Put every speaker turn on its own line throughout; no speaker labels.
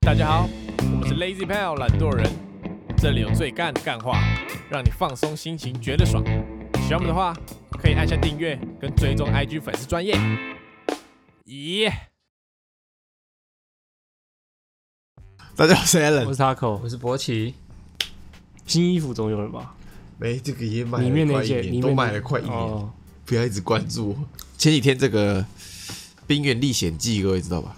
大家好，我们是 Lazy Pal 懒惰人，这里有最干的干话，让你放松心情，觉得爽。喜欢我们的话，可以按下订阅跟追踪 IG 粉丝专业。咦、
大家好，我是
我
Allen。
是 Taco，
我是博奇，
新衣服总有了吧？
没这个也买
里面
了
那
快一
件，里
年，
面
都
那
买了快一年，
哦，
不要一直关注我。前几天这个《冰原历险记》，各位知道吧？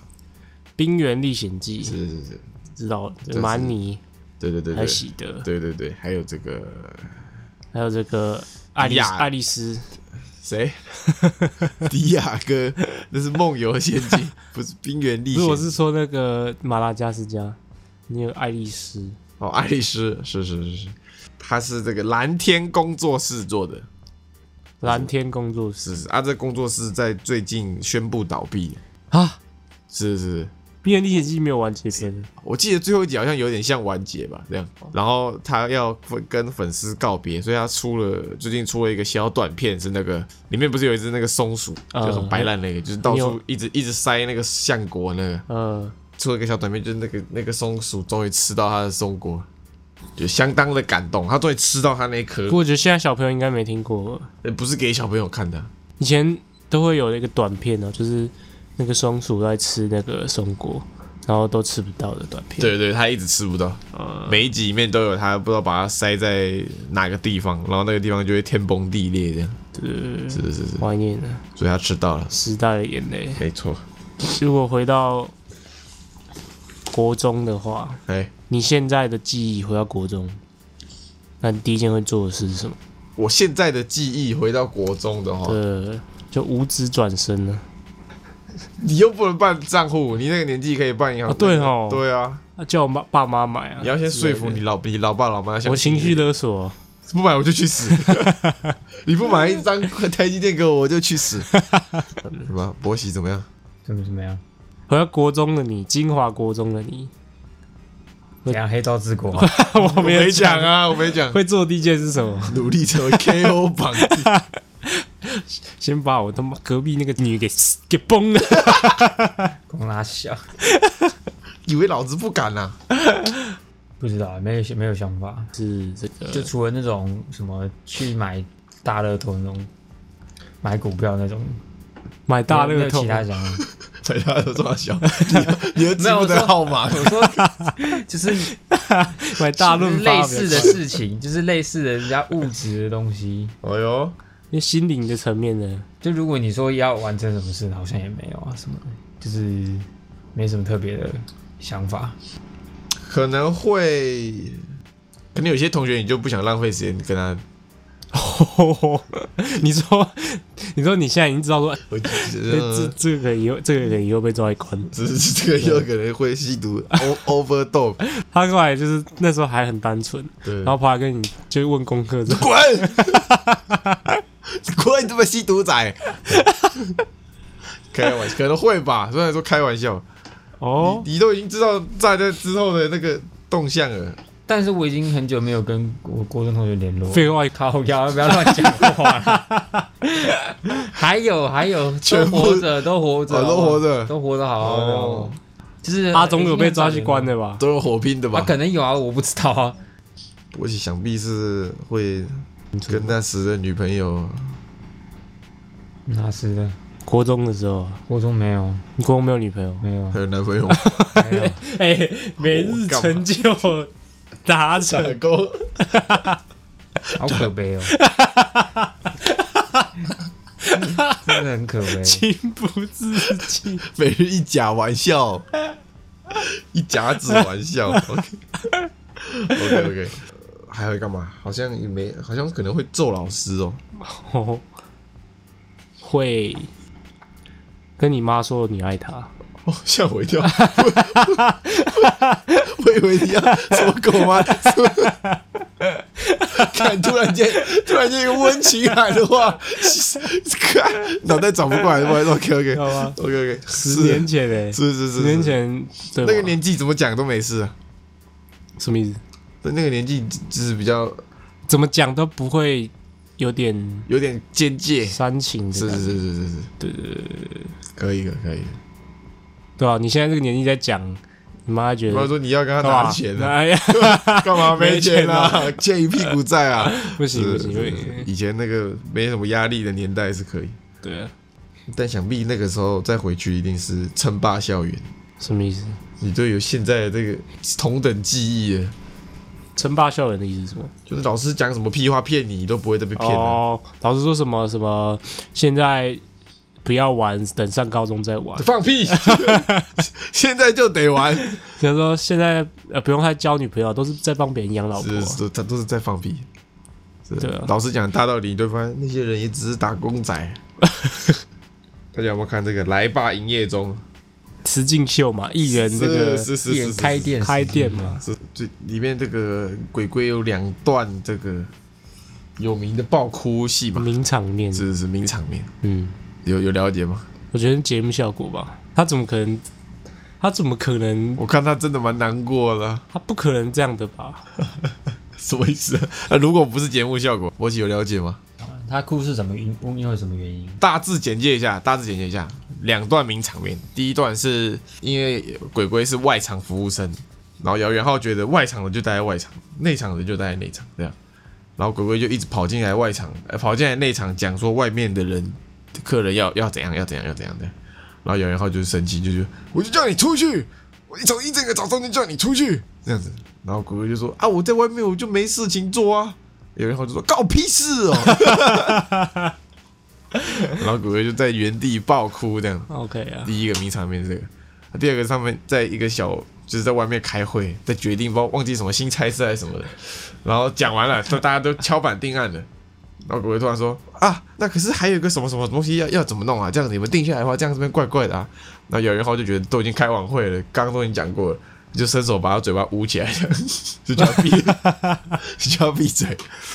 《冰原历险记》
是是是，
知道了
是
蛮尼
对对对
还
对
有，喜德，
对对对，还有这个
还有这个爱丽
亚
爱丽丝，
谁，迪亚哥，那是《梦游仙境》， 不是《冰原历
不
险记
是我》是说那个马拉加斯加，你有爱丽丝，
哦，爱丽丝是是是是，他是这个蓝天工作室做的，
蓝天工作室
是是啊，这工作室在最近宣布倒闭，
啊，
是是是。
《冰原历险记》没有完结篇，
我记得最后一集好像有点像完结吧，这样。
哦
然后他要分跟粉丝告别，所以他出了最近出了一个小短片，是那个里面不是有一只那个松鼠，
嗯
就是白烂那个，就是到
你
处
有
一直一直塞那个橡果那个，
呃，
出了一个小短片，就是那个那个松鼠终于吃到它的松果，就相当的感动，它终于吃到它那一颗
不，过我觉得现在小朋友应该没听过，
呃不是给小朋友看的，
以前都会有一个短片哦，就是那个松鼠在吃那个松果，然后都吃不到的短片，呃
对对，它一直吃不到，
嗯
每一集里面都有它不知道把它塞在哪个地方，然后那个地方就会天崩地裂这样，
对，
是是是，
怀念啊，
所以它吃到了。
时代的眼泪。
没错，
如果回到国中的话，
哎，
你现在的记忆回到国中，那你第一件会做的事是什么？
我现在的记忆回到国中的话，
呃，就五指转身了。
你又不能办账户，你那个年纪可以办银行。
啊对哦
对啊，
啊、叫我妈爸妈买啊！
你要先说服你老你老爸老妈相信你。
我情绪勒索啊，
不买我就去 死，你不买一张台积电给我，我就去 死。什么？博喜怎么样？
怎么怎么样？
回到国中的你，金华国中的你，
怎样黑道治国？
我没有
讲
讲啊。
啊，我没讲。
会做的第一件是什么？
努力成为 KO 榜，
先把我他妈隔壁那个女给给崩了。
公拉小，
以为老子不敢 啊？
不知道，没有没有想法，
是这
就
个
除了那种什么去买大乐透那种，买股票那种，
买大
没有
乐
没有
透
其，他想 法。
大家都这么想，你你又记不得号
啊
码？
我说 就是
买大润发比
类
较
似的
快
事情，就是类似的人家物质的东西。
哎呦，
因为心灵的层面呢，
就如果你说要完成什么事，好像也没有啊，什么就是没什么特别的想法。
可能会，可能有些同学你就不想浪费时间跟他
你说，你说你现在已经知道说，
我
这这
这
这个以后这个人以后被抓来关。
这呃这个有可能会吸毒哦 o overdose，
他过来就是那时候还很单纯，
对，
然后跑来跟你就问功课这
滚， 滚，你他妈吸毒仔！开玩笑，可能会吧，虽然说开玩笑，
哦，
你都已经知道在这之后的那个动向了，
但是我已经很久没有跟我国中同学联络了。
废话，
靠 腰，不要乱讲话啦。 还有还有，
全
都
部
活着，都活着，
哦都活着
都活着好好的哦
哦。
就是
阿总有被抓去关，的吧？
都是火拼的
他
吧？
可能有啊，我不知道啊。
我想必是会跟那时的女朋友，
那是的，
国中的时候，
国中没有，
你国中没有女朋友？
没有
还，有男朋友，
没有。
哎，每日成就达
打
成，
勾，
好可悲 哦，真的很可悲。
情不自禁。
每日一假玩笑， 一甲子玩 笑。OK OK OK，还会干嘛？好像也没，好像可能会揍老师哦。
哦，会跟你妈说你爱她，
哦，吓我一跳！ 我以为你要什么狗吗？ 什么看，突然间，突然间一个温情海的话， 看脑袋转不过来，不好意思。OK OK
好吧
OK OK，
十年前哎，
是是是
十
是
年前对吧
那个年纪怎么讲都没事啊。
什么意思？
那个年纪就是比较
怎么讲都不会有点
有点间界，
煽情的
是
感觉，
是是是是是，对对对对对，可以的可以的，
对啊，你现在这个年纪在讲，你妈觉
妈
得
说你要跟他拿钱啊，
哎呀，
干嘛没钱啊？欠一屁股债啊！
不行
是
不行，不
是
行
以前那个没什么压力的年代是可以，
对啊，
但想必那个时候再回去一定是称霸校园。
什么意思？
你对有现在的这个同等记忆了，
称霸校园的意思是什么？
就是老师讲什么屁话骗你，你都不会再被骗啊了。
哦，老师说什么什么，现在不要玩，等上高中 再玩。
放屁！现在就得玩，
比如说现在呃不用太交女朋友，都是在帮别人养老婆
是。是，他都是在放屁。是
啊对啊
老师讲大道理，对方那些人也只是打工 仔。大家有没有看这个《来吧营业中
石进秀嘛，艺人这个
是是是
一
是
人
是
开店
开店嘛，》
是这里面这个鬼鬼有两段这个有名的爆哭戏嘛？
名场面。
是是名场面，
嗯，
有有了解吗？
我觉得节目效果吧，他怎么可能？他怎么可能？
我看他真的蛮难过的啊、
他不可能这样的吧？
什么意思啊？那如果不是节目效果，我有了解吗？
他哭是怎么因因为什么原因？
大致简介一下，大致简介一下两段名场面。第一段是因为鬼鬼是外场服务生，然后姚元浩觉得外场的就待在外场，内场的就待在内场，这样。然后鬼鬼就一直跑进来外场，呃、跑进来内场讲说外面的人客人要要怎样要怎样要怎样的。然后姚元浩就生气，就说我就叫你出去，我一从一整个早上就叫你出去这样子。然后鬼鬼就说啊我在外面我就没事情做啊。姚元浩就说搞屁事哦。然后鬼鬼就在原地爆哭这样。
OK 啊，
第一个名场面是这个，啊第二个是他们在一个小就是在外面开会，在决定不知道忘记什么新差事还是什么的，然后讲完了，都大家都敲板定案了。然后鬼鬼突然说：“啊，那可是还有一个什么什么东西要要怎么弄啊？这样子你们定下来的话，这样这边怪怪的啊。”那有人后就觉得都已经开完会了，刚刚都已经讲过了，就伸手把他嘴巴捂起来，这样就叫他闭， 就叫他闭嘴。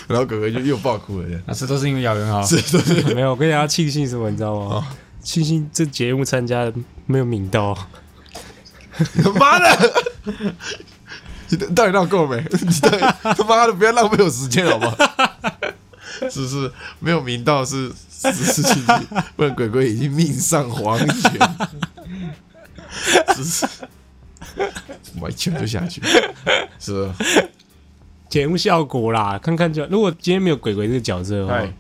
然后鬼鬼就又爆哭了，这样
啊，这都是因为姚元浩。
这都是
没有，我跟你讲，他庆幸什么，你知道
哦
吗？庆幸这节目参加没有抿到，
他 妈的！你到底闹够没？ 你到底他妈的不要浪费我时间 好吗？是不是没有明道是是是是，不然鬼鬼已经命丧黄泉， 是不是？我一拳就下去，是不是
节目效果啦，看看就。如果今天没有鬼鬼这个角色的话
哎，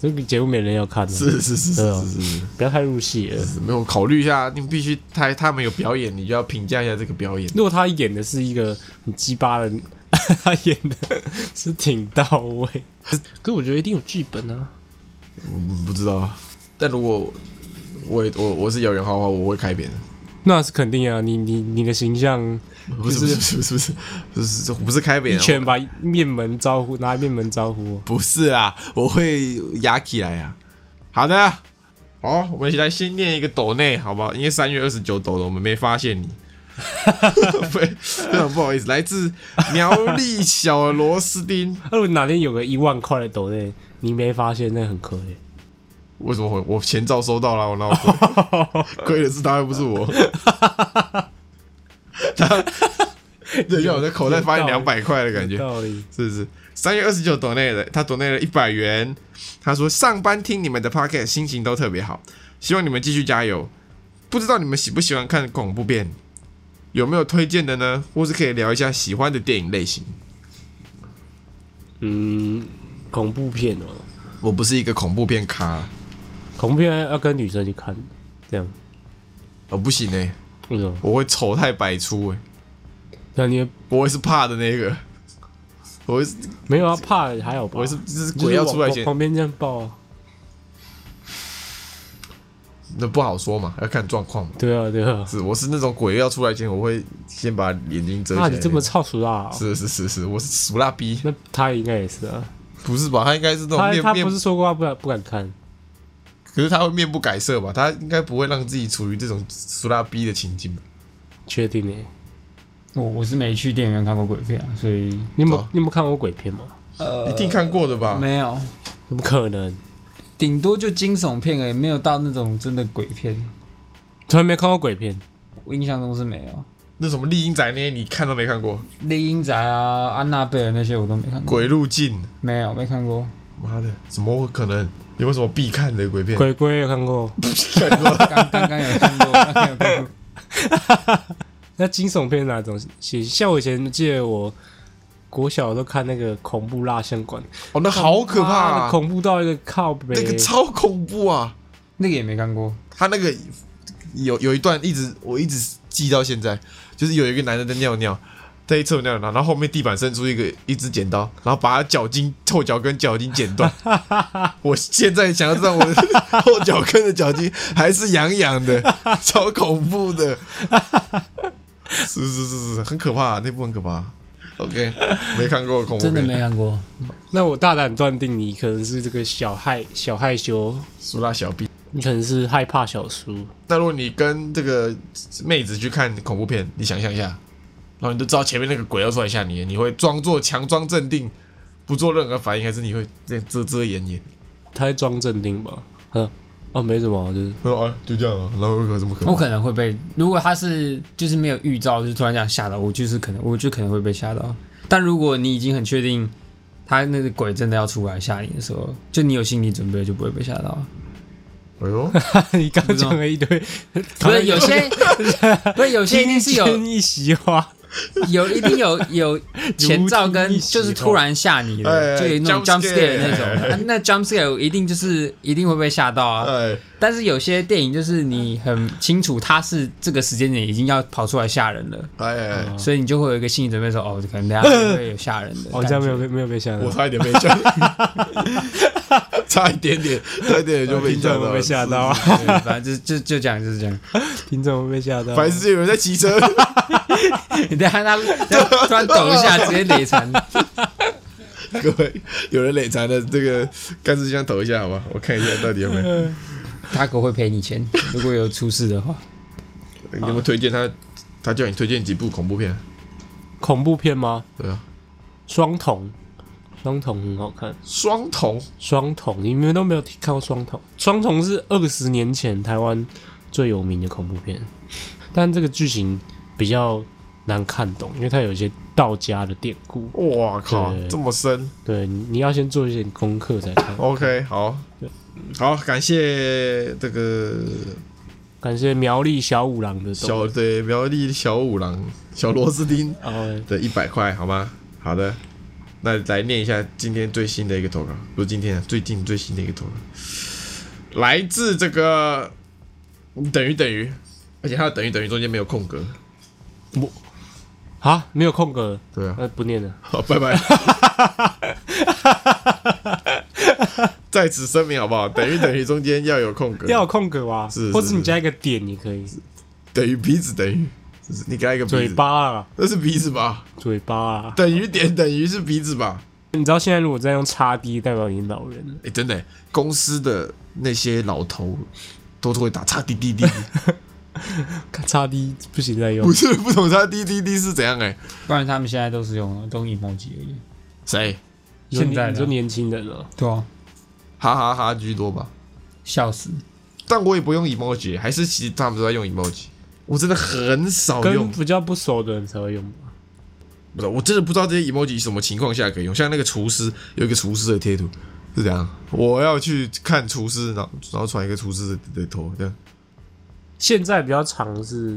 这个节目没人要看了。
是是是是
对啊
是是
不要太入戏了。
是，没有考虑一下，你必须他他们有表演，你就要评价一下这个表演。
如果他演的是一个很鸡巴的， 他演的 是挺到位，可是我觉得一定有剧本啊。
嗯，不知道啊，但如果我也我我是姚元浩的话，我会开扁的。
那是肯定啊，你你你的形象
不是不是不是不是不是不是开扁
一
啊，
拳把面门招呼，拿面门招呼我，
不是啊，我会压起来啊。好的，好，我们一起来先念一个抖内，好不好？因为三月二十九抖的，我们没发现你。 非非常 不好意思，来自苗栗小螺丝钉。
那如果哪天有个一万块的抖内，你没发现那很可怜。
为什么会我前兆收到了？我闹亏，亏的是他又不是我。他 对，像我在口袋发现
有道
两
理
百块的感觉
有。道理，
是是，三月二十九 d o 的，他 d o 了一百元。他说上班听你们的 p o c k e t 心情都特别好，希望你们继续加油。不知道你们喜不喜欢看恐怖片，有没有推荐的呢？或是可以聊一下喜欢的电影类型？
嗯，恐怖片哦，
我不是一个恐怖片咖，
恐怖片要跟女生去看，这样，
哦不行哎、
为什么？
我会丑态百出哎、
那你也
我会是怕的那个，我会是
没有啊？怕还好吧？
我会是就是
就是
鬼要出来
往
前，
旁边这样抱啊？
那不好说嘛，要看状况嘛。
对啊，对啊。
是，我是那种鬼要出来前，我会先把眼睛遮起来
啊，
那种。
你这么操熟啦、
是是是是，我是俗辣逼，
那他应该也是啊，
不是吧？他应该是那种
他
哦面
他
面
不，是说过他不敢不敢看，
可是他会面不改色吧？他应该不会让自己处于这种俗辣逼的情境吧？
确定欸诶、
我我是没去电影院看过鬼片啊，所以
你有没有、
哦
你有没有看过鬼片吗？
一定看过的吧？
没有，
怎么可能？
顶多就惊悚片而已，没有到那种真的鬼片。
从来没看过鬼片，
我印象中是没有，
那什么《丽英宅》那些你看都没看过，
《猎鹰宅》啊、安娜贝尔那些我都没看
《
过，
鬼入境
没有没看过。》
妈的，怎么可能？有没有什么必看的鬼片？
鬼鬼也看过，
刚刚刚有看过，刚刚有看过。
那惊悚片是哪种写？像我以前记得我国小都看那个恐怖蜡像馆，
哦，那好可怕、
妈的
啊，
恐怖到一个靠北，
那个超恐怖啊！
那个也没看过，
他那个有有一段一直我一直记到现在，就是有一个男的在尿尿，在一侧尿尿，然后后面地板伸出一个一只剪刀，然后把他脚筋后脚跟脚筋剪 断。我现在想要知道我 的后脚跟的脚筋还是痒痒的， 超恐怖的。 是是是是，很可怕、那部很可怕。OK，没看过恐怖片，
真的没看过。
那我大胆断定，你可能是这个小害小害羞，
苏拉小 B。
你可能是害怕小叔。
那如果你跟这个妹子去看恐怖片，你想象一下，然后你就知道前面那个鬼要出来吓你，你会装作强装镇定，不做任何反应，还是你会这遮遮掩掩？
他在装镇定吧？嗯，哦，没什么， 就是
他说啊，就这样啊，然后有什么可
我可能会被，如果他是就是没有预兆，就是突然这样吓到，我就是可能我就可能会被吓到。但如果你已经很确定他那个鬼真的要出来吓你的时候，就你有心理准备，就不会被吓到。
哎呦，
你刚讲了一堆，
不是有些，不是有些一定是有
天意袭花，
有一定有有前兆
如听
跟
一席哦
就是突然吓你
哎哎
的，就有那
jump
种 jump
scare
scare 那种，啊那 jump scare 一定就是一定会被吓到啊。
呃
哎，
但是有些电影就是你很清楚他是这个时间点已经要跑出来吓人了，
哎哎哎，
哦
所以你就会有一个心理准备说，哦，可能 等下会有吓人的。
好像没有。被没有被吓
我
到，
差一点被吓， 差一点点，差一点点就被吓
听众
到，
会被吓到啊
是！
对反正就就就这样，就是这样。
听众会被吓到。啊
凡是有人在骑车，
你等下他他突然抖一下，直接 累残。
各位有人累残的这个干事箱投一下好吧，我看一下到底有没有。
他可会赔你钱，如果有出事的话。
你有没有推荐他？他叫你推荐几部恐怖片？
恐怖片吗？
对啊，
双瞳，双瞳很好看。
双瞳
双瞳，你们都没有看过双瞳？双瞳是二十年前台湾最有名的恐怖片，但这个剧情比较难看懂，因为它有一些道家的典故。
哇靠
对，
这么深。
对，你你要先做一点功课再看。
OK，好，好，感谢这个
感谢苗栗小五郎的懂
小对苗栗小五郎小螺丝钉
哦，
的一百块，好吗？好的，那来念一下今天最新的一个投稿，不是今天、啊，最近最新的一个投稿，来自这个等于等于，而且它的等于等于中间没有空格。
好，没有空格，
对啊，
呃，不念了。
好，拜 拜。在此声明好不好？等于等于中间要有空格，
要有空格啊，
是是
或者你
是
加一个点也可以。
等于鼻子等于，就是你给他一个鼻子
嘴，巴啊，
那是鼻子吧？
嘴巴啊，
等于点等于是鼻子吧？
你知道现在如果再用叉 D，代表你老人了。
哎、真的欸、公司的那些老头都是会打叉滴滴滴，
叉 D 不行再用
不，是不懂叉滴滴滴是怎样、欸？哎，
不然他们现在都是用都用 emoji 而已。
谁？
你说
现在
你
的
说年轻人哦了，
对啊，
哈哈哈居多吧？
笑死！
但我也不用 emoji，欸还是其实他们都在用 emoji。我真的很少
跟
用，
比较不熟的人才会用吧。
不是，我真的不知道这些 emoji 什么情况下可以用。像那个厨师有一个厨师的贴图是怎样，我要去看厨师，然后然后传一个厨师的的头这样。
现在比较常是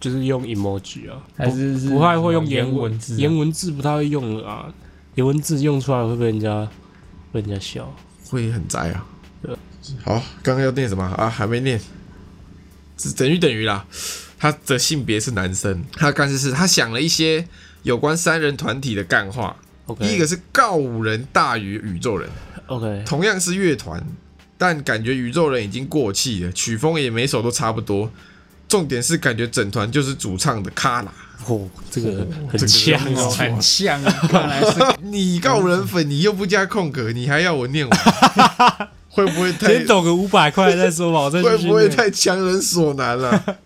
就是用 emoji 啊，
还是是
不太会用
颜
颜
文字啊
颜文字不太会用了啊，颜文字用出来会被人家被人家笑。
会很宅啊
对。
好，刚刚要念什么啊？还没念，是等于等于啦。他的性别是男生，他干事是他想了一些有关三人团体的干话。
OK，
第一个是告五人大于宇宙人，
OK，
同样是乐团，但感觉宇宙人已经过气了，曲风也每首都差不多。重点是感觉整团就是主唱的卡拉。
哦，这个很强哦，
很像啊， 看来是
你告五人粉，你又不加空格，你还要我念完， 会不会太
先抖个五百块再说吧，我再
会
去训
不会
练
太强人所难了、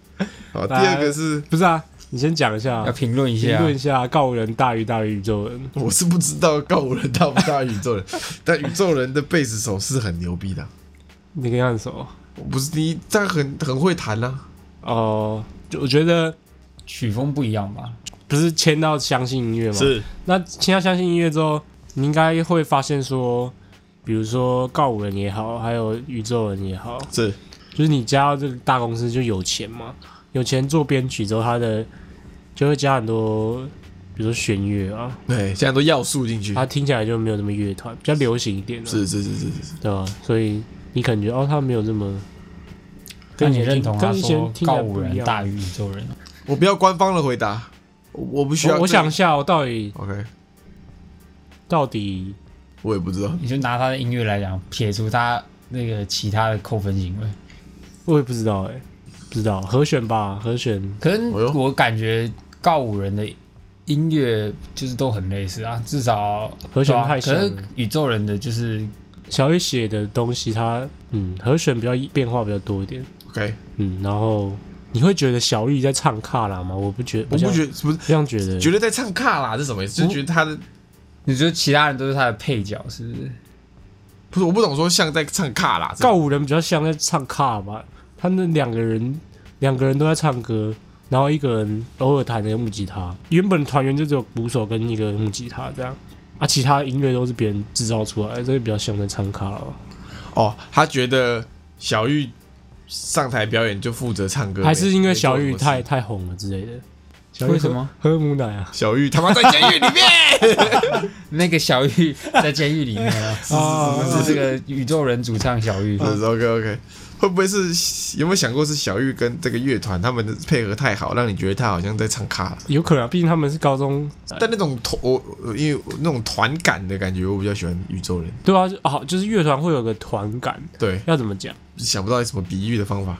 好，第
来
二个是
不是啊？你先讲一下
要
啊，
评论一
评
下
论一下告人大于大于宇宙人，
我是不知道告五人大不大宇宙人， 但宇宙人的贝斯手是很牛逼的啊，
你跟他很熟
我不是第一，但很很会弹啊啦、
哦。就我觉得
曲风不一样吧？
不是签到相信音乐吗？。那签到相信音乐之后，你应该会发现说，比如说告五人也好，还有宇宙人也好，
是
就是你加到这个大公司就有钱嘛。有钱做编曲之后，他的就会加很多，比如说弦乐啊，
对，现在都要素进去，
他听起来就没有那么乐团，比较流行一点了、
是是是是是，
对吧、所以你感觉哦，他没有那么
跟你认同他
跟以前
说
听起
告
来不
五
一
人
样
大于宇宙人，
我不要官方的回答，我我不需要
我我
这个
想一下、哦，到底
OK，
到底
我也不知道，
你就拿他的音乐来讲，撇除他那个其他的扣分行为。
我也不知道哎、不知道和弦吧，和弦
可是
哎呦
我感觉告五人的音乐就是都很类似啊，至少
和弦太
对
像
啊
了
可是宇宙人的就是
小雨写的东西它，嗯和弦比较变化比较多一点，
OK，
嗯，然后你会觉得小玉在唱卡拉吗？我不觉，
我不
这样
觉不是
这样觉得，
觉得在唱卡啦，这什么意思？就觉得他的
你觉得其他人都是他的配角，是不是？
不是我不懂说像在唱卡啦，这
告五人比较像在唱卡吧，他那两个人两个人都在唱歌，然后一个人偶尔弹那个木吉他，原本团员就只有鼓手跟一个木吉他这样。啊，其他音乐都是别人制造出来的，这个比较像在唱卡拉吧。
哦，他觉得小玉上台表演就负责唱歌，
还是因为
没做
小
什
玉
么事
太太红了之类的。小玉
为什么
喝喝母奶啊？
小玉他妈在监狱里面，
那个小玉在监狱里面啊，
啊，
是这个宇宙人主唱小玉，
OK OK，会不会是有没有想过是小玉跟这个乐团他们的配合太好，让你觉得他好像在唱卡啦？
有可能啊，毕竟他们是高中，
但那种团，我我因为那种团感的感觉，我比较喜欢宇宙人。
对啊，就好、就是乐团会有个团感，
对，
要怎么讲？
想不到有什么比喻的方法。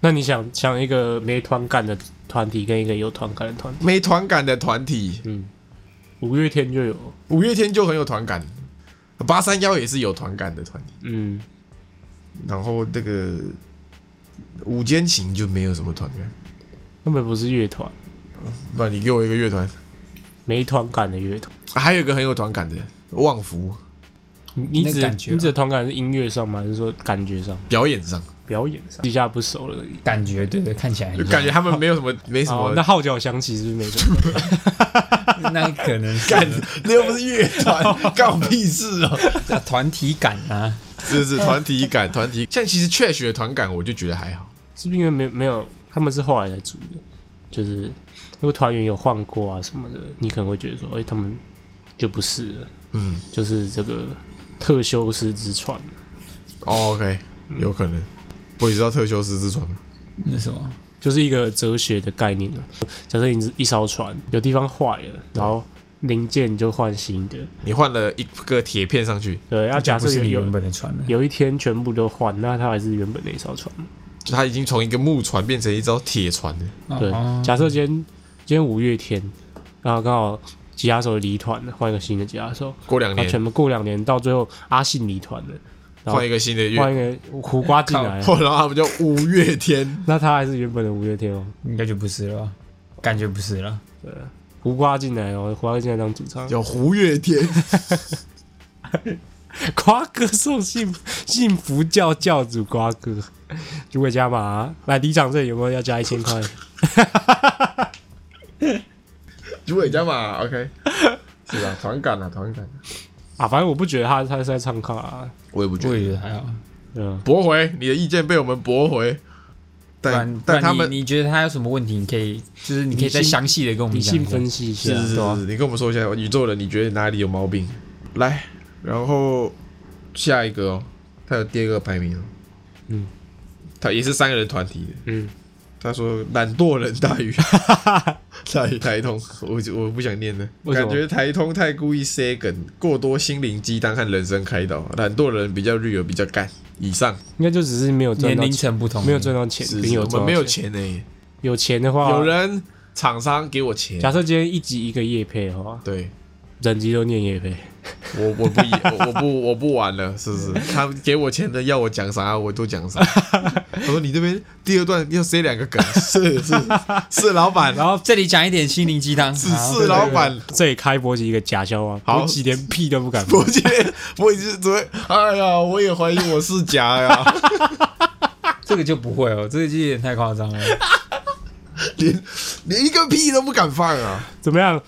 那你想想一个没团感的团体跟一个有团感的团体，
没团感的团体，
五月天就有，
五月天就很有团感，八三幺也是有团感的团体，
嗯，
然后那个午间情就没有什么团感。
他们不是乐团，
不然你给我一个乐团，
没团感的乐团。
啊还有一个很有团感的旺福
你
那
指、
感觉啊哦
你指的团感是音乐上吗？还是说感觉上、
表演上，
表演上？底下不熟了而已。
感觉对对，看起来很
就
像
感觉他们没有什么没什
哦
么，
那号角响起是不是没什么？
那可能是
干， 那又不是乐 团，干我屁事哦！
团体感啊，
是是团体感，团体像其实 trash 的团感，我就觉得还好。
是不是因为没没有？他们是后来才组的，就是如果团员有换过啊什么的，你可能会觉得说，哎、他们就不是了，
嗯
就是这个特修斯之船。
哦，OK，有可能。我也知道特修斯之船吗？
那什么，
就是一个哲学的概念了。啊假设你是一艘船有地方坏了，然后零件就换新的，
你换了一个铁片上去，
对。要假设
不是
有
你原
有
本的船了，啊
有一天全部都换，那它还是原本那一艘船嘛。
就它已经从一个木船变成一艘铁船了。
对，
哦
假设今天今天五月天，然后刚好吉他手离团了，换一个新的吉他手，
过两
然后
年
全部过两年，到最后阿信离团了，然后
换一个新的乐，
换一个苦瓜进来了，
后 然后他们叫五月天。
那他还是原本的五月天哦。
应该就不是了吧，感觉不是了，
对，苦瓜进来哦，苦瓜进来当主唱，
叫胡月天，
瓜哥送幸福幸福教教主瓜哥，如果加码、来离场这里有没有要加一千块？
主委加嘛，OK，是吧？团感啊，团感。
啊，反正我不觉得他他是在唱卡、啊，
我也不觉
我
得。
也觉得还好。
对啊，
驳回你的意见被我们驳回，
不然
但
不
但
然
他
你
们
你觉得他有什么问题？你可以就是你可以再
理性
详细的跟我们
理
讲一
性
下。
分析一下
是，是是，是你跟我们说一下宇宙人，你觉得哪里有毛病？来，然后下一个哦，他有第二个排名哦，
嗯，
他也是三个人团体的，
嗯，
他说懒惰人大 于大于台通，我就我不想念了，
为什么
感觉台通太故意塞梗，过多心灵鸡汤和人生开导，懒惰人比较绿油比较干。以上
应该就只是没有赚
年
到
龄
钱，
层不同，
没有赚到钱，
是
没有
我们
赚到
没有钱
钱，
呢、欸
有钱的话，
有人厂商给我钱，
假设今天一集一个夜配的话，
对。
整集都念夜配，
我我不我我不我不玩了，是不是？他给我钱的要我讲啥我都讲啥。我说你这边第二段要塞两个梗，是是是老板，
然后这里讲一点心灵鸡汤，
是
好
是老板。
这里开播是一个假笑话，
好
我几连屁都不敢
我
放，
今天我已经昨天，哎呀，我也怀疑我是假呀，
这个就不会哦，这个就有点太夸张了。
连连一个屁都不敢放啊！
怎么样？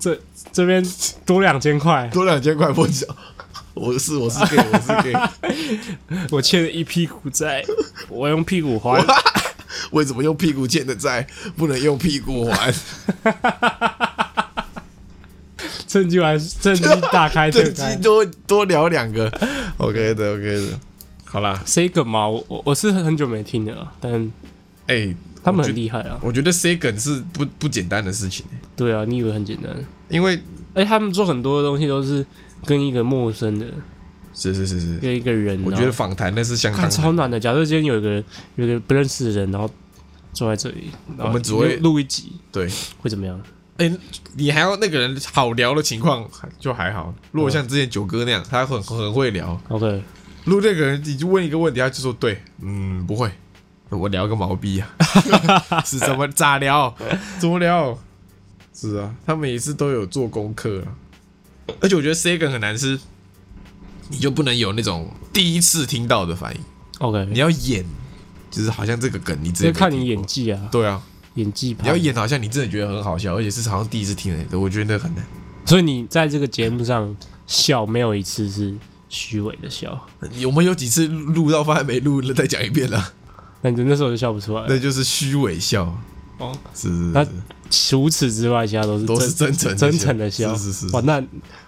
这这边多两千块，
多两千块我讲，我是我是 gay，我是 gay，
我欠了一屁股债，我用屁股还。
为什么用屁股欠的债不能用屁股还？
趁机玩，趁机大开特
这期
开。
多多聊两个，OK 的 OK 的，好啦，
C 梗嘛，我我我是很久没听了啦，但
哎、
他们
我觉
很厉害啊。
我觉得 C 梗是不不简单的事情，
对啊，你以为很简单？
因为
哎、他们做很多东西都是跟一个陌生的，
是是是是，
跟一个人，
我觉得访谈那是相
看
当
超难的。假设今天有一个有一个不认识的人，然后坐在这里，然后
我们只会
录录一集，
对。
会怎么样？
哎、你还要那个人好聊的情况就还好，如果像之前九哥那样，他很很会聊，
OK，
如果那个人你就问一个问题，他就说对，嗯，不会，我聊个毛逼啊， 是怎么咋聊，怎么聊？是啊，他们也是都有做功课啊，而且我觉得 C 梗很难是，你就不能有那种第一次听到的反应，
OK，
你要演，就是好像这个梗你
这
真的
看你演，技啊，
对啊，
演技
你
派
要。演好像你真的觉得很好笑，而且是好像第一次听的，我觉得那很难。
所以你在这个节目上笑，没有一次是虚伪的笑。
我们有几次录到发现没录了，再讲一遍 了，
那你那时候就笑不出来了。
那就是虚伪笑，
哦，
是是
那
是
除此之外，其他都是
都是真诚
真诚的笑。
是是是，
哇，那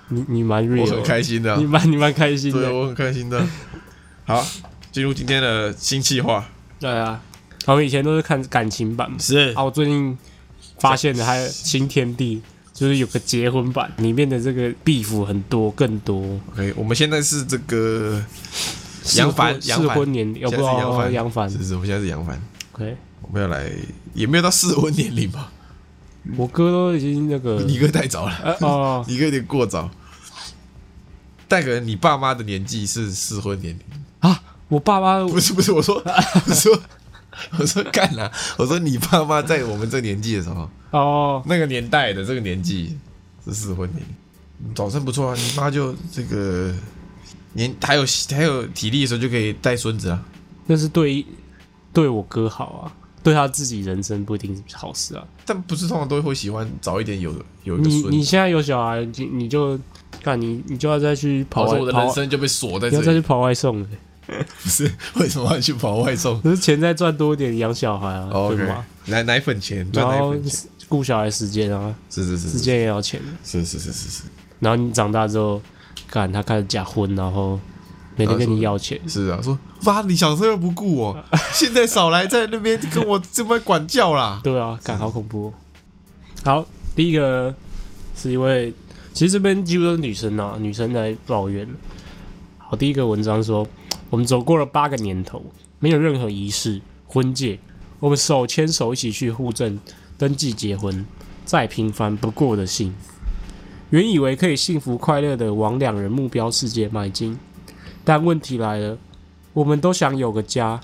你你蛮
我
real，
很开心的啊
你，蛮你蛮开心
对，
的。
我很开心的。好，进入今天的新计划，
对啊，我们以前都是看感情版嘛。
是
啊，我最近发现的还有新天地，就是有个结婚版，里面的这个 beef 很多，更多。
OK。我们现在是这个杨凡，
适
杨
婚适
凡，
婚年龄，哦
现在
不
是
哦
杨
哦
凡，
杨凡
是是，我现在是杨凡，
，OK，
我们要来，也没有到适婚年龄吧？
我哥都已经那个，
你哥太早了，
呃哦，
你哥有点过早。但可能你爸妈的年纪是适婚年龄。
啊我爸妈
不是不是，我说 我说我说干啦、我说你爸妈在我们这年纪的时候，
哦，
那个年代的这个年纪是适婚年龄，早生不错啊。你妈就这个年还有还有体力的时候就可以带孙子啊。
那是对对我哥好啊，对他自己人生不一定是好事啊。
但不是通常都会喜欢早一点有有一个
你
孙
你
子。
现在有小孩，你你就看你你就要再去跑
我
外
说我的
跑
人
外，
生就被锁在
你要再
这
去
里，
跑外送了，
不是为什么要去跑外 送哦
可是钱再赚多一点养小孩啊，对
？OK，
吗？
奶奶粉钱赚
然
奶
后
粉钱，
顾小孩时间啊，
是是是
时
是
间也要钱。
是是是是
然后你长大之后，干他开始假婚，然后每天跟你要钱，
是啊，说妈，你小时候又不顾 我，现在少来在那边跟我这么管教啦。
对啊，干好恐怖、哦。好，第一个是一位，其实这边几乎都是女生啊，女生来抱怨。好，第一个文章说，我们走过了八个年头，没有任何仪式婚戒，我们手牵手一起去户政登记结婚，再平凡不过的幸福。原以为可以幸福快乐的往两人目标世界迈进，但问题来了，我们都想有个家，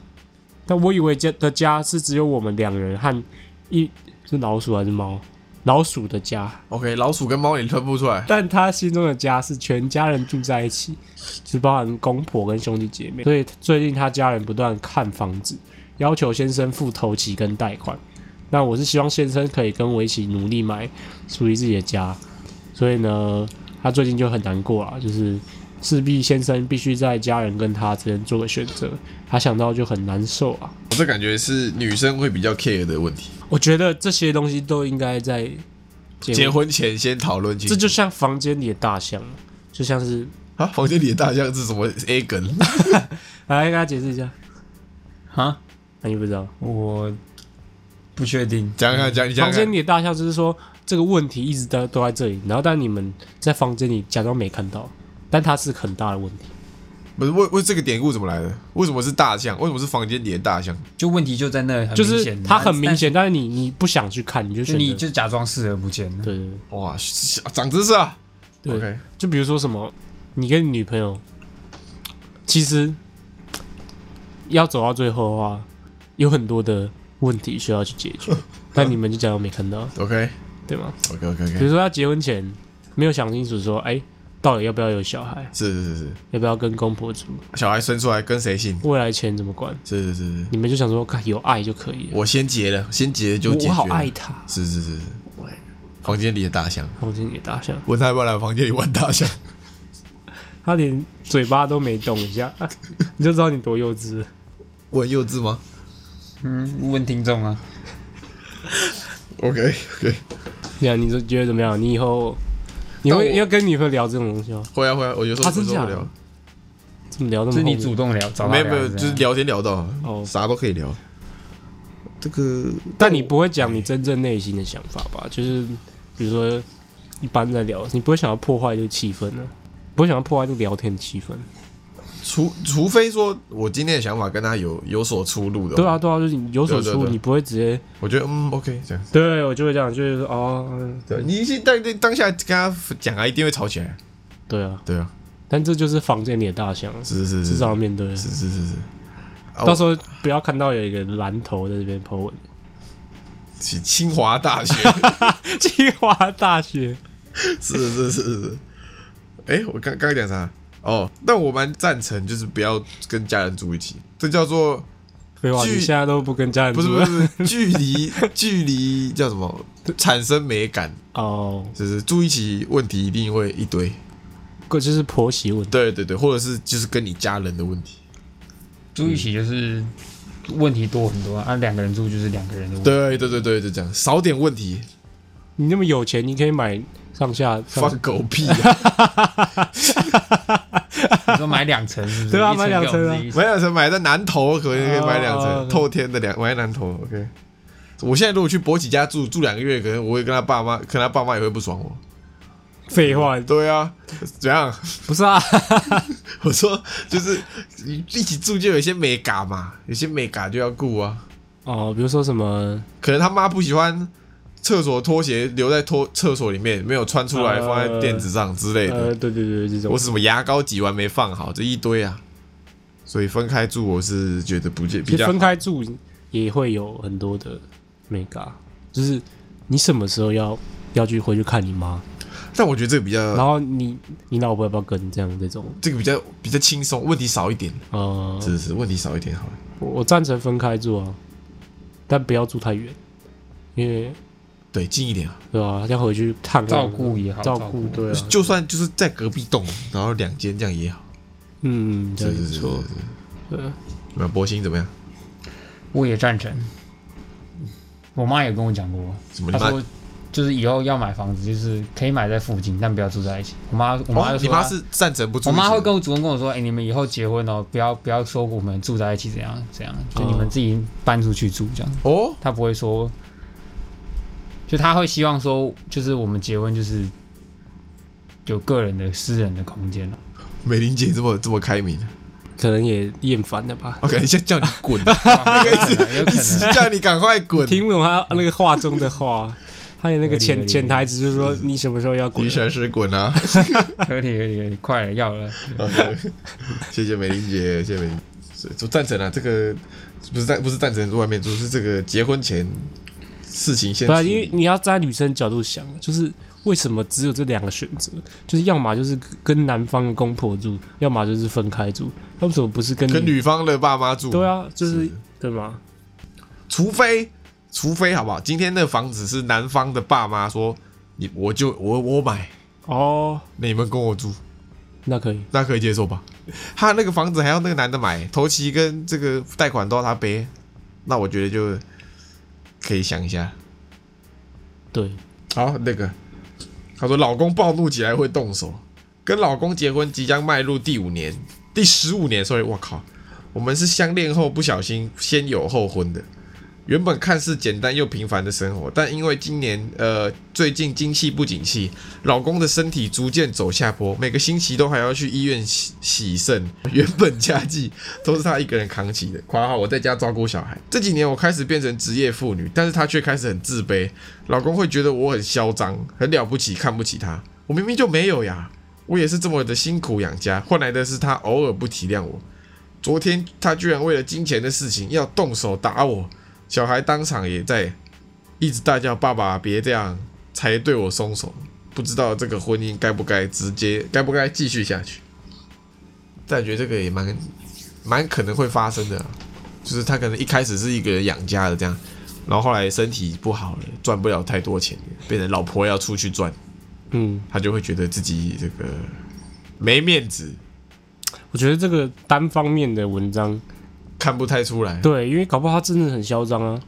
但我以为家的家是只有我们两人和一是老鼠还是猫？老鼠的家，
OK，老鼠跟猫你分不出来，
但他心中的家是全家人住在一起，只包含公婆跟兄弟姐妹。所以最近他家人不断看房子，要求先生付头期跟贷款。那我是希望先生可以跟我一起努力买属于自己的家。所以呢，他最近就很难过啊，就是势必先生必须在家人跟他之间做个选择，他想到就很难受啊。
我这感觉是女生会比较 care 的问题。
我觉得这些东西都应该在结
结婚前先讨论
嗯
清楚。
这就像房间里的大象，就像是
啊，房间里的大象是什么 A 梗？
来跟大家解释一下，
哈，
那、你不知道？
我不确定。
讲讲讲，你讲
房间
讲。
里的大象就是说这个问题一直都都在这里，然后但你们在房间里假装没看到，但它是很大的问题。
不是为为这个典故怎么来的？为什么是大象？为什么是房间里的大象？
就问题就在那，很
就
明
是
显
它很明，
但
显，但是你你不想去看，你就选
就
择
你就假装视而不见。
对对对
哇，是长知识啊
对
！OK，
就比如说什么，你跟你女朋友，其实要走到最后的话，有很多的问题需要去解 决，但你们就假装没看到，
OK
对吗？
OK OK
比
OK，
如说他结婚前没有想清楚说，哎、到底要不要有小孩，
是是是是，
要不要跟公婆住，
小孩生出来跟谁姓？
未来钱怎么管？
是是是是，
你们就想说，看有爱就可以了。
我先结了，先结了就解
我
决
我好
了
爱他，
是是是是，房间里的大象，
我先给大象，
问他要不要来我房间里玩大象。
他连 嘴巴都没动一下，你就知道你多幼稚。
我很幼稚吗？
嗯，问听众啊，
OK OK，
对啊，你说觉得怎么样？你以后你
但我
会要跟女朋友聊这种东西吗？
会啊会啊，我有时候
啊真
有时候
假的
聊，
怎么聊那么
是
后
你
面？
主动聊，找他
没
聊
有没有，就是聊天聊到
哦
啥都可以聊。这个，
但你不会讲你真正内心的想法吧？就是比如说一般在聊，你不会想要破坏这个气氛呢、不会想要破坏这个聊天的气氛。
除除非说我今天的想法跟他有有所出入的，
对啊，，对啊，就是你有所
对对
出，
对
你不会直接
我觉得嗯 OK 这样。
对我就会这样，就是说哦，嗯
对啊你现当当下跟他讲啊，一定会吵起来。
对啊，
对啊，
但这就是房间里的大象，
是是是
至
是
少要面对。
是是是是，啊
到时候不要看到有一个蓝头在这边 po 文，
清清华大学
清华大学
是是是是是。哎，我刚刚刚讲啥？哦，但我蛮赞成，就是不要跟家人住一起，这叫做
废话，
距
你现在都不跟家人
不是
住
不
了
是不是距离 距离叫什么？产生美感，
哦，
就是住一起问题一定会一堆。
过就是婆媳问题，
对对对，或者是就是跟你家人的问题。
住一起就是问题多很多啊，啊两个人住就是两个人的问题。
对对对对，就这样，少点问题，
你那么有钱，你可以买上下上
放狗屁、啊！
你说买两层 是不是？
对啊
一给
买两层啊
我们自己
买两层买在南头，可能可以买两
哦
层，透天的两买在南头。OK，我现在如果去博起家住住两个月，可能我会跟他爸妈，可能他爸妈也会不爽我。
废话，
对啊，怎样？
不是啊，
我说就是一起住就有一些美感嘛，有些美感就要顾啊。
哦，比如说什么，
可能他妈不喜欢厕所拖鞋留在拖厕所里面，没有穿出来
呃
放在垫子上之类的，
呃，对对对，这
或
种
是什么牙膏挤完没放好，这一堆啊。所以分开住，我是觉得不介比
其实
较
分开住也会有很多的 mega，就是你什么时候要要去回去看你妈，
但我觉得这个比
然
较
后你你老婆要不要跟这样这种，
这个比较比较轻松，问题少一点，
呃，
是是问题少一点好了。
我我赞成分开住啊，但不要住太远，因为
对，近一点啊，
对吧、要回去探望
照顾也好
照
照
顾
顾
对啊，
就算就是在隔壁栋，然后两间这样也好。
嗯，这
是
样也
是
不
是是
错，
是。
对，
那博鑫怎么样？
我也赞成。我妈也跟我讲过，
什么？你妈
她？说就是以后要买房子，就是可以买在附近，但不要住在一起。我妈，我妈
哦
就，
你
说她、啊
妈是赞成不住
我
一起的？
妈会跟我主动跟我说，哎、你们以后结婚哦，不要不要说我们住在一起怎样怎样，就你们自己搬出去住这样。
哦，
她不会说，就她会希望说，就是我们结婚就是有个人的私人的空间 了。
美玲姐这么这么开明，
可能也厌烦了吧。
我感觉叫你滚。啊
有可能，
叫你赶快滚！
听不懂他那个话中的话， 他有那个
有
潜
理
潜台词，就是说你什么时候要滚
女？神是滚 啊！
合理合理合理，快了要了。
谢谢美玲姐，谢谢美玲。是我赞成啊，这个不是赞不是赞成外面住，是这个结婚前事情先
对
处
啊，
理。
因为你要站在女生角度想，啊就是为什么只有这两个选择？就是要么就是跟男方的公婆住，要么就是分开住。那为什么不是跟
跟女方的爸妈住，
对，啊，就是
是
对吗？
除非除非好不好？今天那房子是男方的爸妈说你我就我我买，
哦，
你们跟我住，
那可以。
嗯那可以接受吧？他那个房子还要那个男的买，头期跟这个贷款都要他背，那我觉得就可以想一下。
对，
好，那个，她说老公暴怒起来会动手，跟老公结婚即将迈入第五年，第十五年，sorry，我靠，我们是相恋后不小心先有后婚的。原本看似简单又平凡的生活，但因为今年呃最近经济不景气，老公的身体逐渐走下坡，每个星期都还要去医院洗洗肾，原本家计都是他一个人扛起的。（括号我在家照顾小孩）这几年我开始变成职业妇女，但是她却开始很自卑，老公会觉得我很嚣张，很了不起，看不起他。我明明就没有呀，我也是这么的辛苦养家，换来的是他偶尔不体谅我。昨天他居然为了金钱的事情要动手打我，小孩当场也在一直大叫“爸爸别这样”，才对我松手。不知道这个婚姻该不该直接该不该继续下去？但觉得这个也蛮蛮可能会发生的啊、就是他可能一开始是一个人养家的这样，然后后来身体不好了，赚不了太多钱，变成老婆要出去赚，
嗯，
他就会觉得自己这个没面子。
我觉得这个单方面的文章
看不太出来，
对，因为搞不好他真的很嚣张啊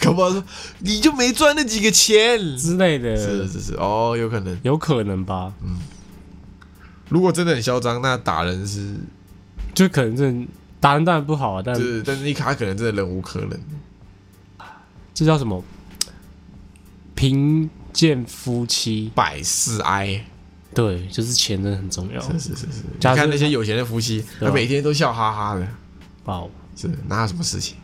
搞不好说你就没赚那几个钱，是
之类的，
是是哦，有可能。
有可能吧？
如果真的很嚣张，那打人是，
就可能真的打人当然不好啊，但
就是，但是你卡可能真的忍无可忍，
这叫什么？贫贱夫妻，
百事哀。
对，就是钱真的很重要，
是是是是，你
假设
看那些有钱的夫妻，他
对啊
每天都笑哈哈的，
爆。
是哪有什么事情？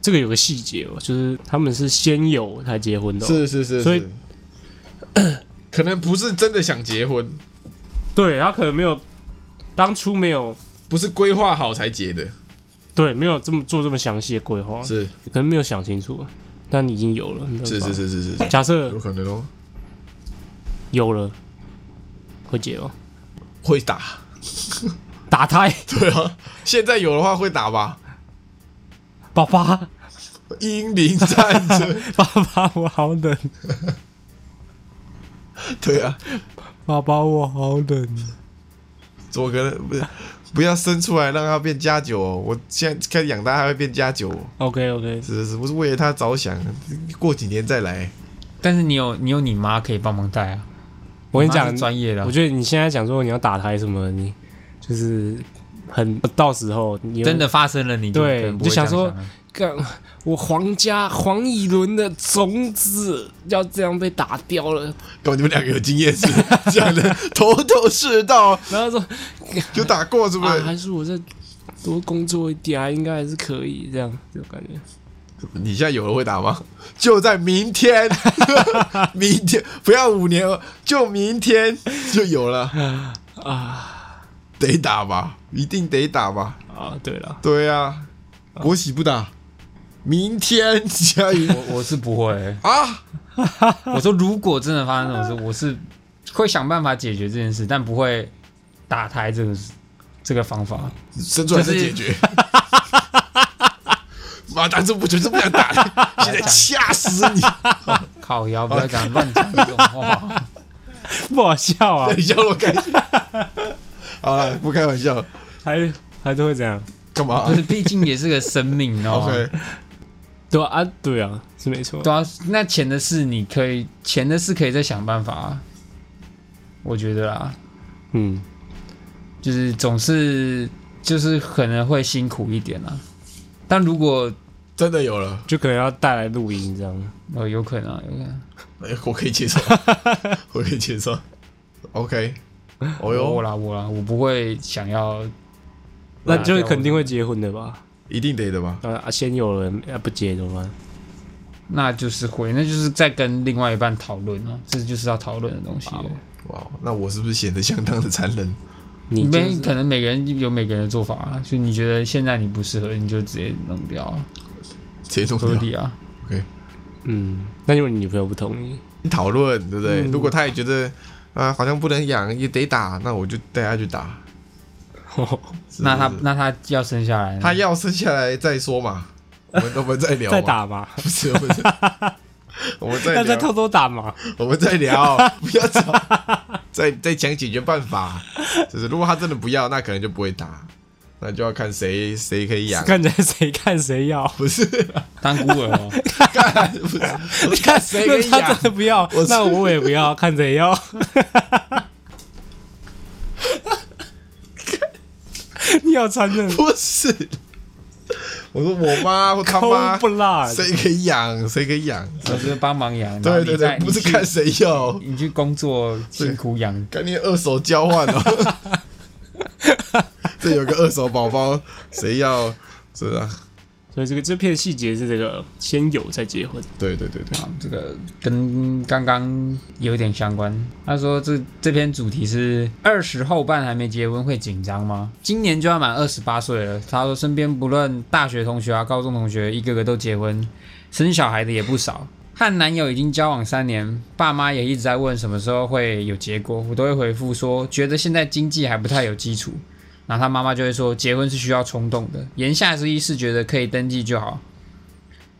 这个有个细节哦，就是他们是先有才结婚的、哦，
是是
所以
可能不是真的想结婚，
对他可能没有当初没有
不是规划好才结的，
对没有这么做这么详细的规划，
是
可能没有想清楚，但已经有了，你知
是
道
是
吧，
是是是，
假 设
有可能哦，
有了会结吗？
会打，
打胎，
对啊，现在有的话会打吧，
爸爸，
英灵战争，
爸爸，我好冷，
对啊，
爸爸，我好冷。
左格不是不要生出来让他变加九哦，我现在开始养大他会变加九、哦，
OK OK，
是是是，我是为了他着想，过几年再来，
但是你有你有你妈可以帮忙带啊，
我跟你
妈是
讲，
专业的啊
我，觉得你现在讲说你要打胎什么，你就是很到时候你
真的发生了你就
对
可能不
就
会
想
这样
说
想啊
干，我皇家黄以伦的种子要这样被打掉了。
搞你们两个有经验是讲的头头是道，
然后说
有打过是不
啊，
是？
还是我再多工作一点、啊，应该还是可以这样，这种感觉。
你现在有人会打吗？ 就在明天， 明天不要五年哦，就明天就有了 啊！得打吧，一定得打吧。
啊，对了，
对啊，国玺不打，明天加油
我我是不会欸、
啊！
我说如果真的发生这种事，我是会想办法解决这件事，但不会打胎这个事这个方法。
生出来再解 决。妈蛋，这不就是不想 打了，现在掐死你！
靠腰，不要讲乱讲这种 话。
不好笑啊，
你笑我开心。 好了，不开玩笑，
还还都会这样。
干嘛
不是，毕竟也是个生命，你知道吗？
？OK，
对啊，啊对啊，是没错。
对啊，那钱的事你可以，钱的事可以再想办法、啊。我觉得啦，
嗯，
就是总是就是可能会辛苦一点啦。但如果
真的有了，
就可能要带来录音这样。
呃有可能、啊，有可能，
哎，我可以接受， 我可以接受。OK，哦
我
哟，
啦我啦，我不会想要
那就是肯定会结婚的吧？
一定得的吧？
啊啊，先有人啊不结怎么办？
那就是会，那就是在跟另外一半讨论啊，这就是要讨论的东西了。
哇，哦那我是不是显得相当的残忍？
你就
每
是
可能每个人有每个人的做法啊，就你觉得现在你不适合，你就直接弄掉啊，
谁弄
合
掉？
理啊。
嗯，那因为你女朋友不同意，
讨论对不对？
嗯
如果他也觉得啊、好像不能养，也得打，那我就带他去打。是
那他
是
那他要生下来呢，
他要生下来再说嘛， 我们我们再聊嘛，
再打 嘛，
不是不是，我们再
要再偷
聊，
偷打嘛。
我们再 聊，不要吵，再再讲解决办法。就是如果他真的不要，那可能就不会打，那就要看谁谁可以养。
看起来谁看谁要，
不是，
当孤儿哦。
干不是，看谁可
那
以
他
养
真。的不要
我，
那我也不要，看谁要。 你好残忍，
不是，我说我妈或他
抠
妈，
不辣，
谁可以养，谁可以养。
我就是帮忙养，然
对
后你
对
再
对，不是看谁要，
你去你去工作辛苦养，
赶紧二手交换哦。 这有个二手宝宝，谁要？是啊，
所以这个这片细节是这个先有再结婚，
对对对对，
啊，这个跟刚刚有点相关。他说这这篇主题是二十后半还没结婚会紧张吗？今年就要满二十八岁了。他说身边不论大学同学啊、高中同学，一个个都结婚，生小孩的也不少。和男友已经交往三年，爸妈也一直在问什么时候会有结果，我都会回复说觉得现在经济还不太有基础。然后他妈妈就会说结婚是需要冲动的，言下之意是觉得可以登记就好，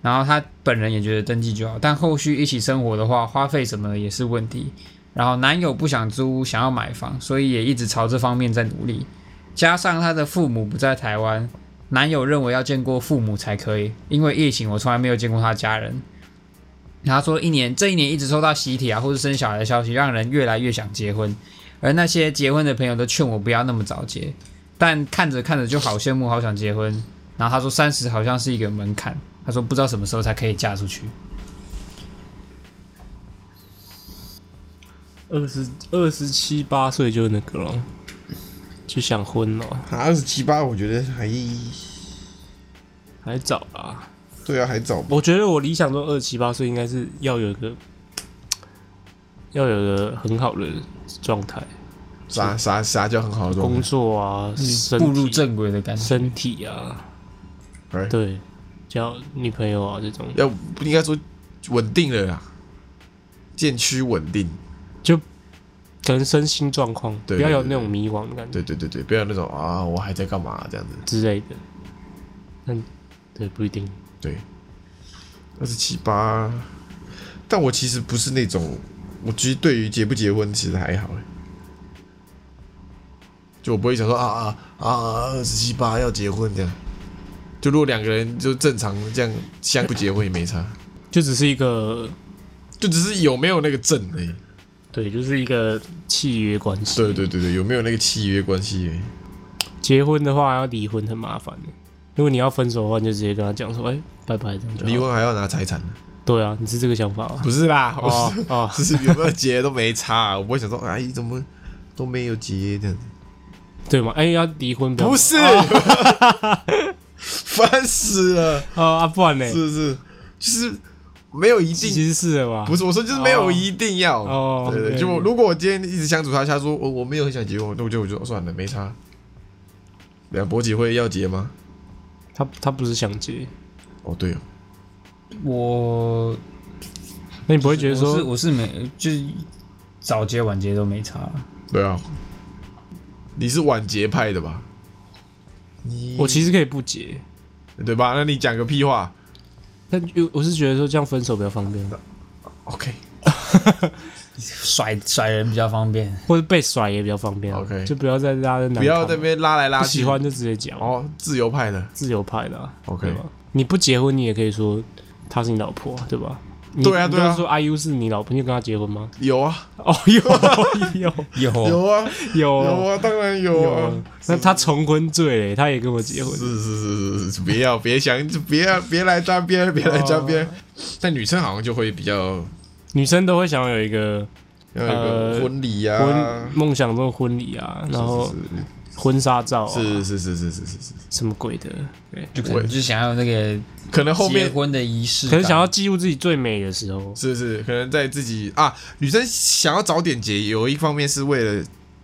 然后他本人也觉得登记就好，但后续一起生活的话，花费什么的也是问题。然后男友不想租，想要买房，所以也一直朝这方面在努力。加上他的父母不在台湾，男友认为要见过父母才可以，因为疫情我从来没有见过他家人。然后他说，一年这一年一直收到喜帖啊，或是生小孩的消息，让人越来越想结婚。而那些结婚的朋友都劝我不要那么早结，但看着看着就好羡慕，好想结婚。然后他说三十好像是一个门槛，他说不知道什么时候才可以嫁出去。
二十二十七八岁就那个了，就想婚了，
二十七八，我觉得还
还早啦。
对啊，还早吧。
我觉得我理想中二十七八岁应该是要有一个，要有一个很好的状态，
啥啥啥叫很好的
工
东西？
作啊，身体
步入正轨的感觉。
身体啊，
哎
对，交女朋友啊这种，
要不应该说稳定了啦，渐趋稳定。
可能身心状况，
对
不要有
对对
那种迷惘的感觉
对对对对，不要那种啊，我还在干嘛这样子。
之类的。但对不一定，
对，二十七八，但我其实不是那种，我其实对于结不结婚其实还好欸，就我不会想说啊啊啊，二十七八要结婚这样。就如果两个人就正常这样相不结婚也没差，
就只是一个
就只是有没有那个证而已。
对，就是一个契约关系。
对对对对，有没有那个契约关系而已？
结婚的话要离婚很麻烦的，如果你要分手的话，你就直接跟他讲说，哎、拜拜，这样就好
离。婚还要拿财产呢？
对啊，你是这个想法啊？
不是啦，我
哦
是
哦，
只是有没有结都没差啊，我不会想说哎怎么都没有结这样子。
对吗？哎、要离婚
不是，
是
烦死了，
啊啊，不然呢？
是不是？就是没有一
其
定，
实是了吧？
不是我说就是没有一定要。
哦
对对，
对
就我
对
如果我今天一直相处下去，他说我我没有很想结婚，那我就我就算了，没差。两伯姐会要结吗？
他他不是想结，
哦，对哦，
我
那你不会觉得
我是
说，
我是没就是早结晚结都没差啦，
对啊，你是晚结派的吧？你
我其实可以不结，
对吧？那你讲个屁话
但我我是觉得说这样分手比较方便，
？OK，
甩甩人比较方便。
或者被甩也比较方便啊。
OK
就不要再拉在
不要在那边拉来拉
不
去。
喜欢就直接讲，
哦，自由派的
自由派的啊、
OK
对吧？你不结婚，你也可以说她是你老婆啊，对吧？你
对啊
你
对啊
都说 IU 是你老婆，你有跟她结婚吗？
有啊
哦，有有
有
有啊
有
有啊，当然有啊
哦有。，那她重婚罪嘞，她也跟我结婚
是，是是是是，别要别想，别别来沾边，别来沾边。但女生好像就会比较
女生都会想要有一个
要有一个
呃
婚礼
婚
啊，
梦想中的婚礼啊，然后婚纱照啊，
是是是是是是是，
什么鬼的？对，
就可能就想要那个
可能后
结
面
婚的仪式感，
可能想要记录自己最美的时候，
是是可能在自己啊，女生想要早点结，有一方面是为了，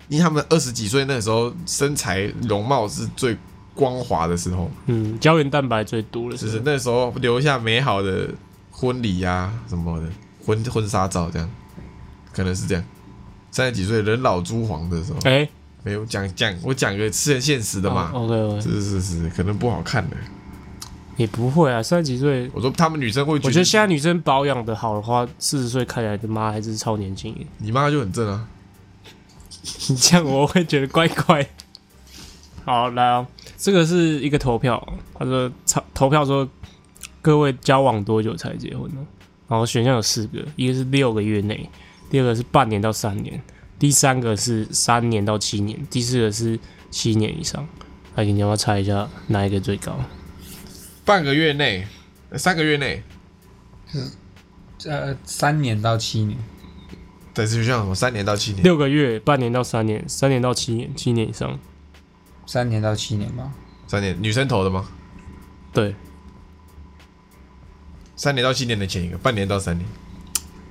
因为她们二十几岁那时候身材容貌是最光滑的时候，
嗯，胶原蛋白最多的时
就
候
是那时候留下美好的婚礼呀、什么的婚婚纱照这样，可能是这样。三十几岁人老珠黄的时候，
哎，哦
没有讲讲，我讲个是很现实的嘛，
o k OK，
是是是，可能不好看的。
也不会啊，三十几岁，
我说他们女生会觉
我
得，
觉得现在女生保养的好的话，四十岁看起来他妈还是超年轻耶。
你妈就很正啊，
你这样我会觉得怪怪。好，来啊，这个是一个投票，他说投投票说各位交往多久才结婚呢？然后选项有四个，一个是六个月内，第二个是半年到三年，第三个是三年到七年，第四个是七年以上。哎，你要不要猜一下哪一个最高？
半个月内，呃三个月内，
呃三年到七年，
在这就像什么三年到七年，
六个月、半年到三年、三年到七年、七年以上。
三年到七年吧。
三年女生投的吗？
对，
三年到七年的前一个，半年到三年。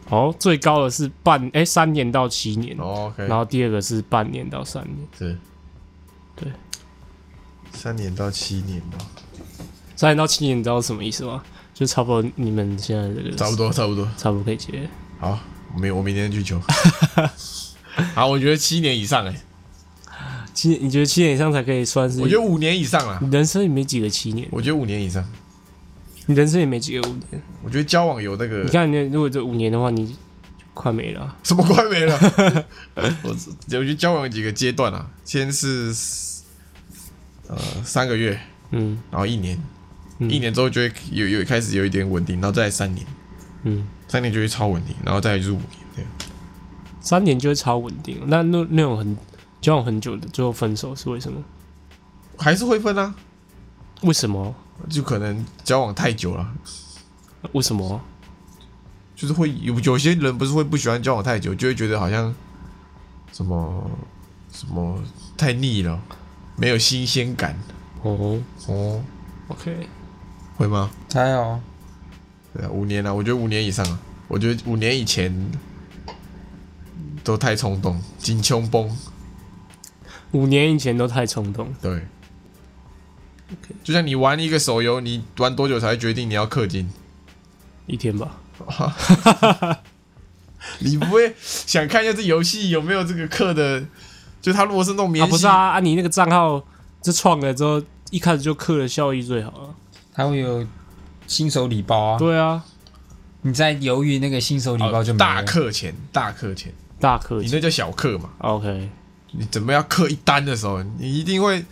好，最高的是半哎三年到七年，
哦 OK，
然后第二个是半年到三年。
是，
对，
三年到七年吧，
三年到七年，你知道什么意思吗？就差不多你们现在这个
差不多差不多。
差不多可以结。
好，我明我明天去求。 好，我觉得七年以上哎、
七，你觉得七年以上才可以算是？
我觉得五年以上啦，
你人生也没几个七年，
我觉得五年以上，
你人生也没几个五年。
我觉得交往有那个
你看，你如果这五年的话，你就快没了啊。
什么快没了？ 我我觉得交往有几个阶段啊，先是呃三个月，
嗯
然后一年，
嗯
一年之后就会有有开始有一点稳定，然后再来三年，
嗯，
三年就会超稳定，然后再来就是五年，对，
三年就会超稳定。那那那种很交往很久的，最后分手是为什么？
还是会分啊，
为什么？
就可能交往太久了，
为什么？
就是会有有些人不是会不喜欢交往太久，就会觉得好像什么什么太腻了，没有新鲜感
哦
哦，
，OK，
会吗？
还好，
对啊，五年了、我觉得五年以上啊，我觉得五年以前都太冲动，紧穷崩，
五年以前都太冲动。
对。就像你玩一个手游，你玩多久才会决定你要氪金？
一天吧，
你不会想看一下这游戏有没有这个氪的？就他如果是那种免
啊
洗，
不是啊，啊你那个账号这创了之后，一开始就氪的效益最好啊。
还会有新手礼包啊。
对啊，
你在犹豫那个新手礼包就没
哦大
哦
了。
氪钱，大氪钱，
大氪
你
金
那叫小氪嘛？
OK，
你准备要氪一单的时候，你一定会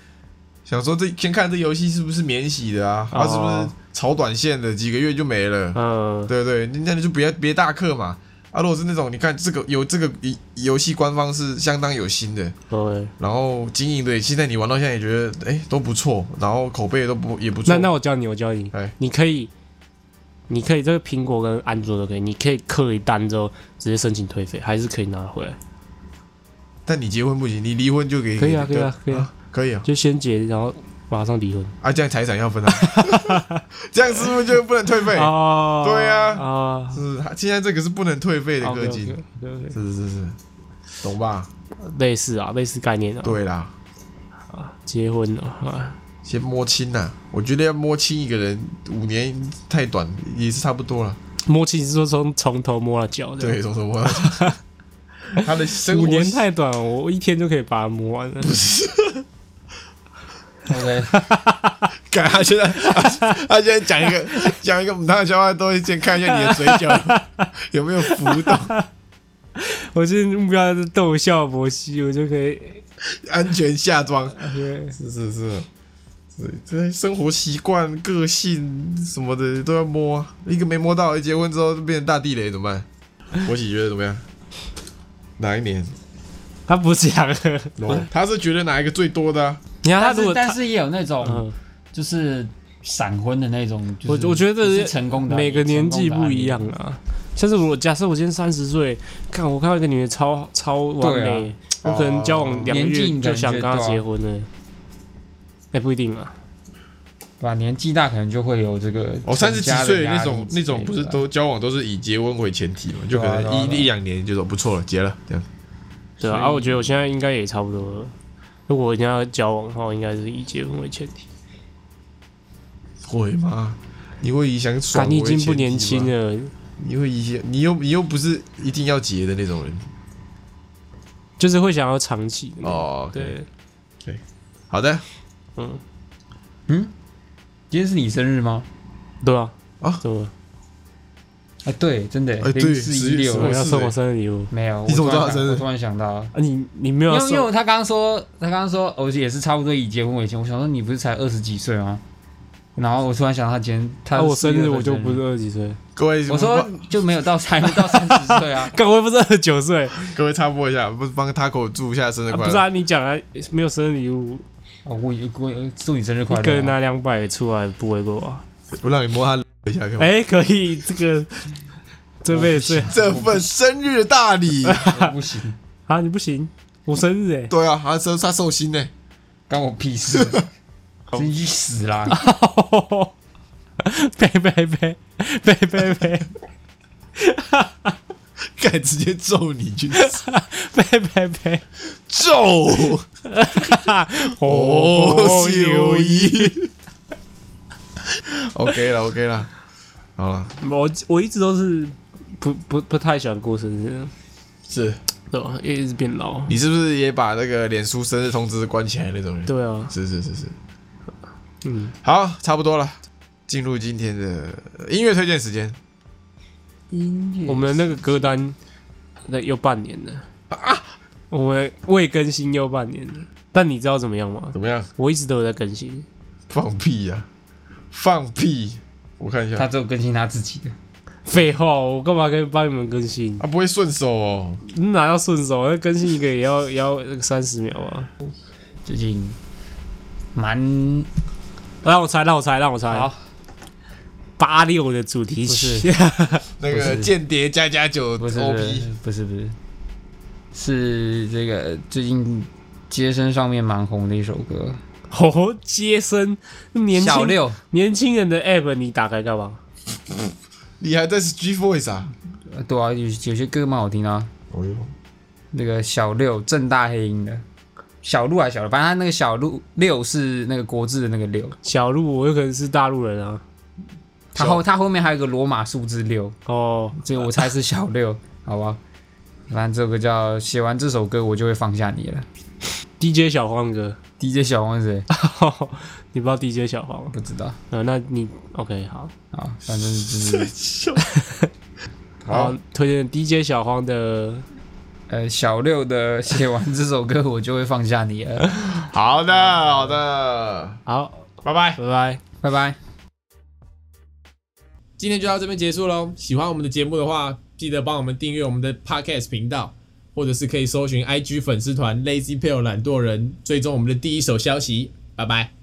想说这先看这游戏是不是免洗的啊，它、是不
哦
是炒短线的，几个月就没了，
嗯
对不对？那你就别别大氪嘛。啊，如果是那种你看这个有这个游游戏官方是相当有心的，
，OK，
然后经营的，现在你玩到现在也觉得哎都不错，然后口碑也都不也不错。
那那我教你，我教你
哎，
你可以，你可以这个苹果跟安卓都可以，你可以氪一单之后直接申请退费，还是可以拿回来，
但你结婚不行，你离婚就可以。
可以啊
对
可以啊可以啊
可以啊，
就先结，然后马上离婚。
啊这样财产要 分啊，这样是不是就不能退费？
哦
哎对啊
啊，
是，现在这个是不能退费的氪
OK，OK，
金。
OK，OK，
是是是，懂吧？
类似啊，类似概念啊，
对啦，
结婚啊啊，
先摸清呐、我觉得要摸清一个人，五年太短，也是差不多了。
摸清是说从从头摸到脚，
对，，从什么？ 他的生活
五年太短，我一天就可以把它摸完了。
OK，
干，他现在他他现在讲一个讲一个母汤的笑话，都会先看一下你的嘴角有没有浮动，
我现在目标是逗笑摩西，我就可以。
安全下装。
对
是是是。是这些生活习惯、个性什么的都要摸啊，一个没摸到，一结婚之后就变成大地雷怎么办？我喜觉得怎么样？哪一年？
他不讲了，
哦他是觉得哪一个最多的、啊？
你看他
但
如
是
果
但
他
是也有那种
嗯，
就是闪婚的那种，就
我
是
我觉得
不是成功的
每个年纪不一样
成功的案
啊。像是我假设我今天三十岁，看我看到一个女的超超完
啊
对
美，我可
哦
能交往两个
哦年纪
月
你
就
感
想
觉
跟她
到啊
结婚了。哎，不一定啊，
例，对吧？年纪大可能就会有这个
哦，三十几岁的那
成家的压
种
力之类的啊
那种不是都交往都是以结婚为前提嘛？就可
对啊
能
对啊
一
对啊
一两年就说不错了，结了这样。
对啊。
所以
啊，我觉得我现在应该也差不多了。如果一定要交往的话，我应该是以结婚为前提。
会吗？你会以想
啊，
爽？
你已经不年轻，了，
你会以你又你又不是一定要结的那种人
就是会想要长期的那种。
哦。OK
对，
好的
嗯，
今天是你生日吗？
对啊，
啊
怎么？
哎，对，真的，
哎对
零四一
10
六
我要
是
送
欸
我生日礼物
没有，
你怎么知道他
我突然
生日
我突然想到，
啊！你你没有
因
要
为因
送
为他刚刚说，他刚刚说，我也是差不多以结婚为前。我想说，你不是才二十几岁吗？然后我突然想到，他今天他
啊，
是
我生
4
日
月份
我就不是，二十几岁，。
各位，
我说就没有到还没到三十岁啊
干我也不是二十九岁，啊
各位插播一下，不是帮 Taco 祝一下生日快
不是
乐。
啊？你讲啊，没有生日礼物，
哦我也我也祝你生日快
一个人
乐啊！
拿两百出来不为过 啊？
我让你摸他一下，看。
哎，可以，这 个这辈子最
这份生日大 礼，
我不行，
啊，你不行，我生日哎，
对啊，他说他寿星呢，
关我屁事！真去死啦！
啊 呸呸呸呸呸呸
敢直接揍你 去
呸呸呸，
揍！ 哦，友谊。OK 了，OK 了，好了，
我我一直都是不不不太喜欢过生日，
是
对吧？也一直变老，
你是不是也把那个脸书生日通知关起来那种人？
对啊，
是是是是，
嗯，
好，差不多了，进入今天的音乐推荐时间。
我们那个歌单那又半年了啊，我们未更新又半年了。但你知道怎么样吗？
怎么样？
我一直都有在更新，
放屁呀、放屁！我看一下，
他只有更新他自己的。
废话，我干嘛可以帮你们更新？
啊，不会顺手哦。
哪要顺手？那更新一个也要也要三十秒啊！
最近蛮
让我猜，让我猜，让我猜
好，，
八六的主题曲，
那
不
个
是
间谍加加九
不是不
OP
是不是不是，是这个最近街声上面蛮红的一首歌，
哦，接生年
小
轻
六
年轻人的 app 你打开干嘛？
你还在 G Voice 啊？
呃对啊，有有些歌蛮好听的、啊。
哦哟，
那个小六正大黑鹰的小鹿还是小六，反正他那个小鹿六是那个国字的那个六，
小鹿，我有可能是大陆人啊。
他后他后面还有一个罗马数字六，
哦，
这个我猜是小六， 好吧？反正这个叫写完这首歌我就会放下你了。
DJ 小黄哥，
DJ 小王子
你不知道 DJ 小黄？
不知道
呃，那你 OK 好，
啊，反正就是
好
好，推荐 DJ 小黄的
呃小六的写完这首歌我就会放下你了，
好的好的，
好，
拜拜。
拜拜。
拜拜。
今天就到这边结束喽。喜欢我们的节目的话，记得帮我们订阅我们的 Podcast 频道，或者是可以搜寻 IG 粉丝团 Lazy p a l e 懒惰人，追踪我们的第一手消息。拜拜。